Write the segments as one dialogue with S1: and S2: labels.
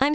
S1: I'm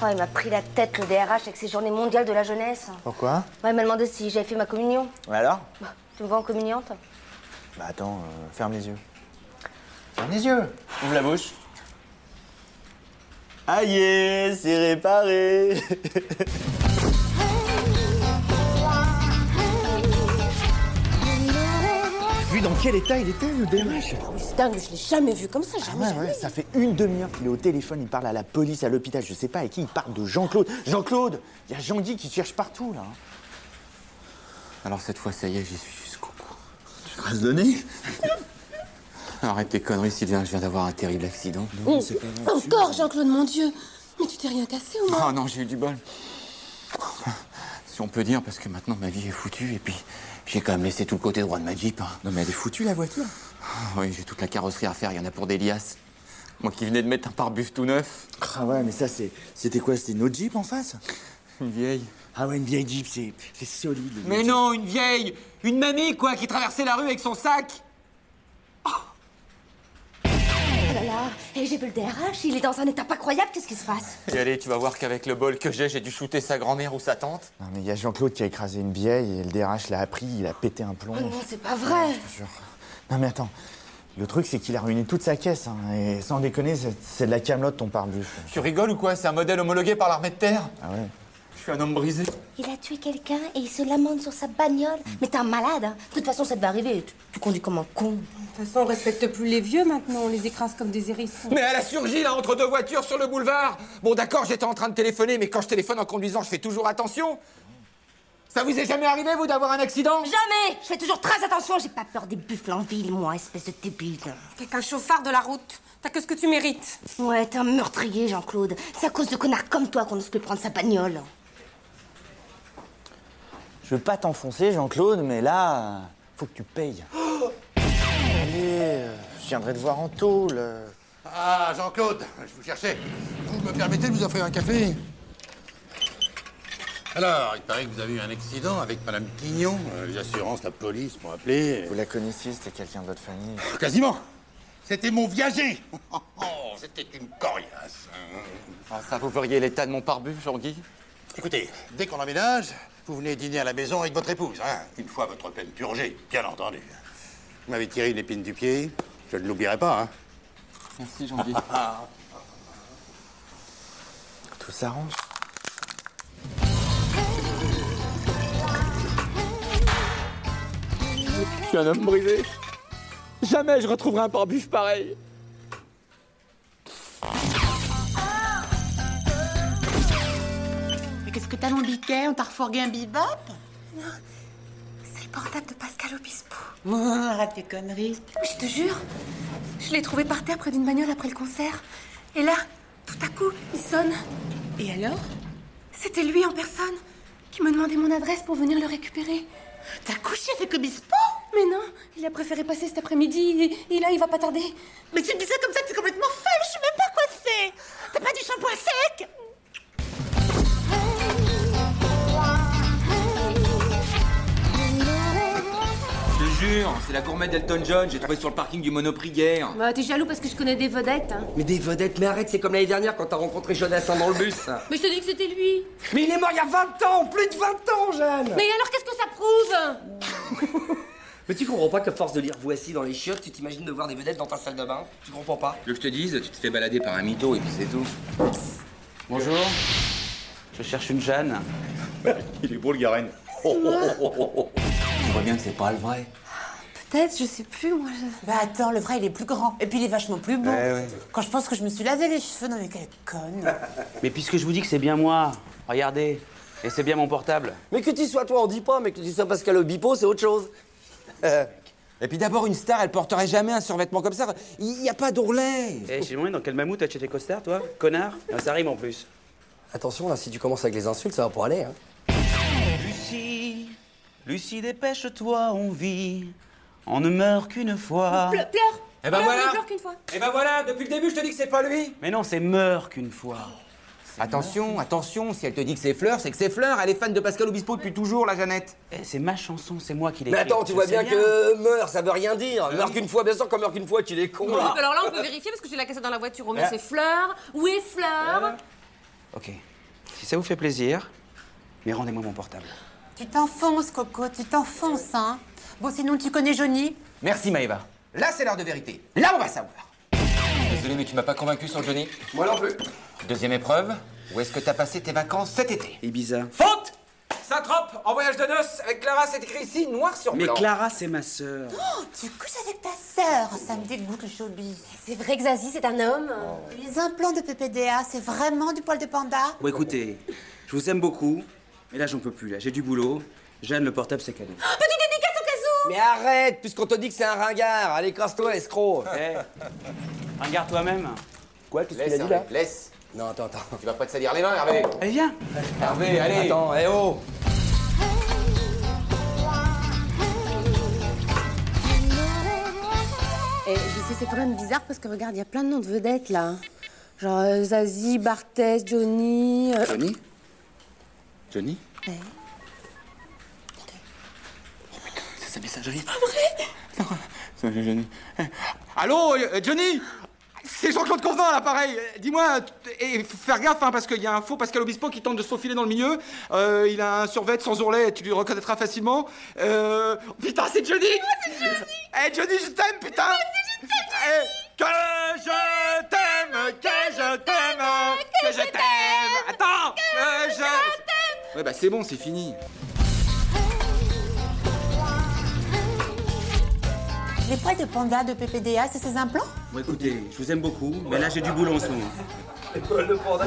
S2: Oh, il m'a pris la tête, le DRH, avec ses journées mondiales de la jeunesse.
S3: Pourquoi
S2: Ouais, il m'a demandé si j'avais fait ma communion.
S3: Alors
S2: Bah, Tu me vois en communiante
S3: Bah attends, euh, ferme les yeux. Ferme les yeux Ouvre la bouche. Aïe, c'est réparé
S4: Vu dans quel état il était, le DRH
S5: C'est dingue, je l'ai jamais vu comme ça, jamais,
S3: Ouais,
S5: jamais.
S3: ouais, ça fait une demi-heure qu'il est au téléphone, il parle à la police, à l'hôpital, je sais pas à qui, il parle de Jean-Claude. Jean-Claude Il y a Jean-Guy qui te cherche partout, là.
S6: Alors cette fois, ça y est, j'y suis jusqu'au cou.
S3: Tu crases le nez
S6: Arrête tes conneries, Sylvain, je viens d'avoir un terrible accident.
S5: Encore Jean-Claude, mon Dieu Mais tu t'es rien cassé au moins
S6: Oh non, j'ai eu du bol. Enfin, si on peut dire, parce que maintenant ma vie est foutue et puis j'ai quand même laissé tout le côté droit de ma Jeep. hein.
S3: Non mais elle est foutue, la voiture
S6: Ah oui, j'ai toute la carrosserie à faire, il y en a pour des liasses. Moi qui venais de mettre un pare-buff tout neuf,
S3: Ah ouais, mais ça, c'est... C'était quoi C'était notre Jeep en face
S6: une vieille.
S3: Ah ouais, une vieille Jeep, c'est... C'est solide. le
S6: Mais
S3: Jeep.
S6: non, une vieille Une mamie, quoi, qui traversait la rue avec son sac
S2: Oh là là, et j'ai vu le DRH, il est dans un état pas croyable, qu'est-ce qui se passe
S6: Et allez, tu vas voir qu'avec le bol que j'ai, j'ai dû shooter sa grand-mère ou sa tante.
S3: Non mais il y a Jean-Claude qui a écrasé une vieille et le DRH l'a appris, il a pété un plomb.
S2: Oh non, c'est pas vrai
S3: Je te jure. Non mais attends, le truc c'est qu'il a ruiné toute sa caisse hein, et sans déconner c'est- c'est de la camelote ton pare-buff.
S6: Tu rigoles ou quoi C'est un modèle homologué par l'armée de terre
S3: Ah ouais.
S6: Je suis un homme brisé.
S2: Il a tué quelqu'un et il se lamente sur sa bagnole. Mais t'es un malade, hein. De toute façon, ça devait arriver, tu, tu conduis comme un con.
S5: De toute façon, on respecte plus les vieux maintenant, on les écrase comme des hérissons.
S6: Mais elle a surgi là entre deux voitures sur le boulevard. Bon d'accord, j'étais en train de téléphoner, mais quand je téléphone en conduisant, je fais toujours attention. Ça vous est jamais arrivé vous d'avoir un accident
S2: Jamais Je fais toujours très attention, j'ai pas peur des buffles en ville, moi, espèce de débile.
S5: T'es qu'un chauffard de la route, t'as que ce que tu mérites.
S2: Ouais, t'es un meurtrier, Jean-Claude. C'est à cause de connards comme toi qu'on n'ose plus prendre sa bagnole.
S3: Je veux pas t'enfoncer Jean-Claude mais là faut que tu payes. Allez, euh, je viendrai te voir en tôle. euh.
S7: Ah, Jean-Claude, je vous cherchais. Vous me permettez de vous offrir un café Alors, il paraît que vous avez eu un accident avec Madame Quignon. Euh, Les assurances, la police m'ont appelé.
S3: Vous la connaissiez, c'était quelqu'un de votre famille.
S7: Quasiment C'était mon viager Oh, oh, C'était une coriace
S6: Ah, ça, vous verriez l'état de mon pare-buff, Jean-Guy
S7: Écoutez, dès qu'on emménage, vous venez dîner à la maison avec votre épouse, hein Une fois votre peine purgée, bien entendu. Vous m'avez tiré une épine du pied, je ne l'oublierai pas, hein
S6: Merci, Jean-Guy.
S3: Tout s'arrange.
S6: je suis un homme brisé. Jamais je retrouverai un pare-buff pareil.
S8: Mais qu'est-ce que t'as mon biquet On t'a refourgué un bebop
S2: C'est le portable de Pascal Obispo.
S8: Mouah, Oh, Arrête tes conneries.
S2: Je te jure, je l'ai trouvé par terre près d'une bagnole après le concert. Et là, tout à coup, il sonne.
S8: Et alors
S2: C'était lui en personne qui me demandait mon adresse pour venir le récupérer.
S8: T'as couché avec Obispo
S2: Mais non, il a préféré passer cet après-midi et, et là, il va pas tarder.
S8: Mais tu me dis ça comme ça, t'es complètement folle, je sais même pas quoi c'est T'as pas du shampoing sec
S6: Je te jure, c'est la gourmette d'Elton John, j'ai trouvé sur le parking du Monoprix hier.
S5: Bah, t'es jaloux parce que je connais des vedettes. hein.
S9: Mais des vedettes, mais arrête, c'est comme l'année dernière quand t'as rencontré Jonathan dans le bus.
S5: Mais je te dis que c'était lui.
S9: Mais il est mort il y a 20 ans, plus de 20 ans, Jeanne
S5: Mais alors, qu'est-ce que ça prouve
S9: Mais tu comprends pas qu'à force de lire Voici dans les chiottes, tu t'imagines de voir des vedettes dans ta salle de bain Tu comprends pas
S6: Que je te dise, tu te fais balader par un mytho et puis c'est tout. Bonjour. Je cherche une Jeanne.
S7: Il est beau, le Garenne.
S6: Je vois bien que c'est pas le vrai.
S2: Peut-être, je sais plus, moi.
S8: Bah attends, le vrai il est plus grand, et puis il est vachement plus beau.
S6: Ouais, ouais.
S8: Quand je pense que je me suis lavé les cheveux, non mais quelle conne
S6: Mais puisque je vous dis que c'est bien moi, regardez, et c'est bien mon portable.
S9: Mais que tu sois toi, on dit pas, mais que tu sois Pascal Obipo, c'est autre chose.
S6: Et puis d'abord, une star, elle porterait jamais un survêtement comme ça. Il n'y a pas d'ourlet.
S7: Eh, j'ai demandé dans quel mammouth t'as acheté tes costards, toi Connard Ah, Ça rime en plus.
S3: Attention, là, si tu commences avec les insultes, ça va pas aller. Hein.
S7: Lucie, Lucie, dépêche-toi, on vit. On ne meurt qu'une
S5: Ah.
S7: fois.
S10: Pleure, pleure
S7: Eh ben
S10: Pleure,
S7: voilà.
S10: pleure qu'une fois.
S6: Et ben voilà, depuis le début, je te dis que c'est pas lui.
S7: Mais non, c'est meurt qu'une fois.
S6: Attention, attention, si elle te dit que c'est Fleur, c'est que c'est Fleur. Elle est fan de Pascal Obispo depuis toujours, la Jeannette.
S7: Eh, c'est ma chanson, c'est moi qui l'ai
S3: Mais attends, tu vois bien, que meurt, ça veut rien dire. Meurt
S7: oui.
S3: qu'une fois, bien sûr, quand meurt qu'une fois, tu les con. là.
S2: Alors là, on peut vérifier parce que j'ai la cassette dans la voiture. Roméo,
S5: Ah.
S7: Ouais.
S2: c'est Fleur. Où est Fleur
S7: Ok. Si ça vous fait plaisir, mais rendez-moi mon portable.
S11: Tu t'enfonces, Coco, tu t'enfonces, hein. Bon, sinon, tu connais Johnny
S6: Merci, Maëva. Là, c'est l'heure de vérité. Là, on va savoir. Désolé, mais tu m'as pas convaincu sur Johnny. Moi non plus. Deuxième épreuve, où est-ce que t'as passé tes vacances cet été
S7: Ibiza.
S6: Faute Saint-Trope, en voyage de noces, avec Clara, c'est écrit ici, noir sur
S7: Mais
S6: blanc.
S7: Clara, c'est ma sœur.
S11: Oh, tu couches avec ta sœur Ça me dégoûte le showbiz.
S2: C'est vrai que Zazie, c'est un homme.
S11: Les implants de PPDA, c'est vraiment du poil de panda
S7: Bon, écoutez, je vous aime beaucoup, mais là, j'en peux plus, là. J'ai du boulot. Jeanne, le portable, c'est cadeau.
S2: Oh, Petite dédicace au casou
S3: Mais arrête, puisqu'on te dit que c'est un ringard. Allez, crasse-toi, escroc.
S7: Eh.
S3: Eh.
S7: Regarde toi-même.
S3: Quoi, qu'est-ce
S6: Laisse,
S3: qu'il a dit
S6: Hervé,
S3: là
S6: laisse.
S3: Non, attends, attends.
S6: Tu vas pas te salir les mains, Hervé.
S7: Allez, viens.
S6: Hervé, allez.
S3: Attends, eh oh
S2: Et je sais, c'est quand même bizarre parce que regarde, il y a plein de noms de vedettes là. Genre euh, Zazie, Barthes, Johnny. euh,
S7: Johnny Johnny
S2: Ouais.
S6: Oh,
S7: C'est sa messagerie.
S6: Eh, Allô, euh, Johnny C'est Jean-Claude Convent à l'appareil. Euh, Dis-moi, t- et faut faire gaffe, hein, parce qu'il y a un faux Pascal Obispo qui tente de se faufiler dans le milieu. Euh, il a un survêt sans ourlet, tu le reconnaîtras facilement. Euh, Putain, c'est Johnny c'est Johnny Eh, Johnny, je t'aime, putain Eh, Que je t'aime, que je t'aime, que je t'aime Attends Que je t'aime Ouais, bah c'est bon, c'est fini.
S11: Les poils de panda de PPDA, c'est ses implants
S7: Bon, écoutez, je vous aime beaucoup, mais là, j'ai du boulot en ce moment.
S3: Le panda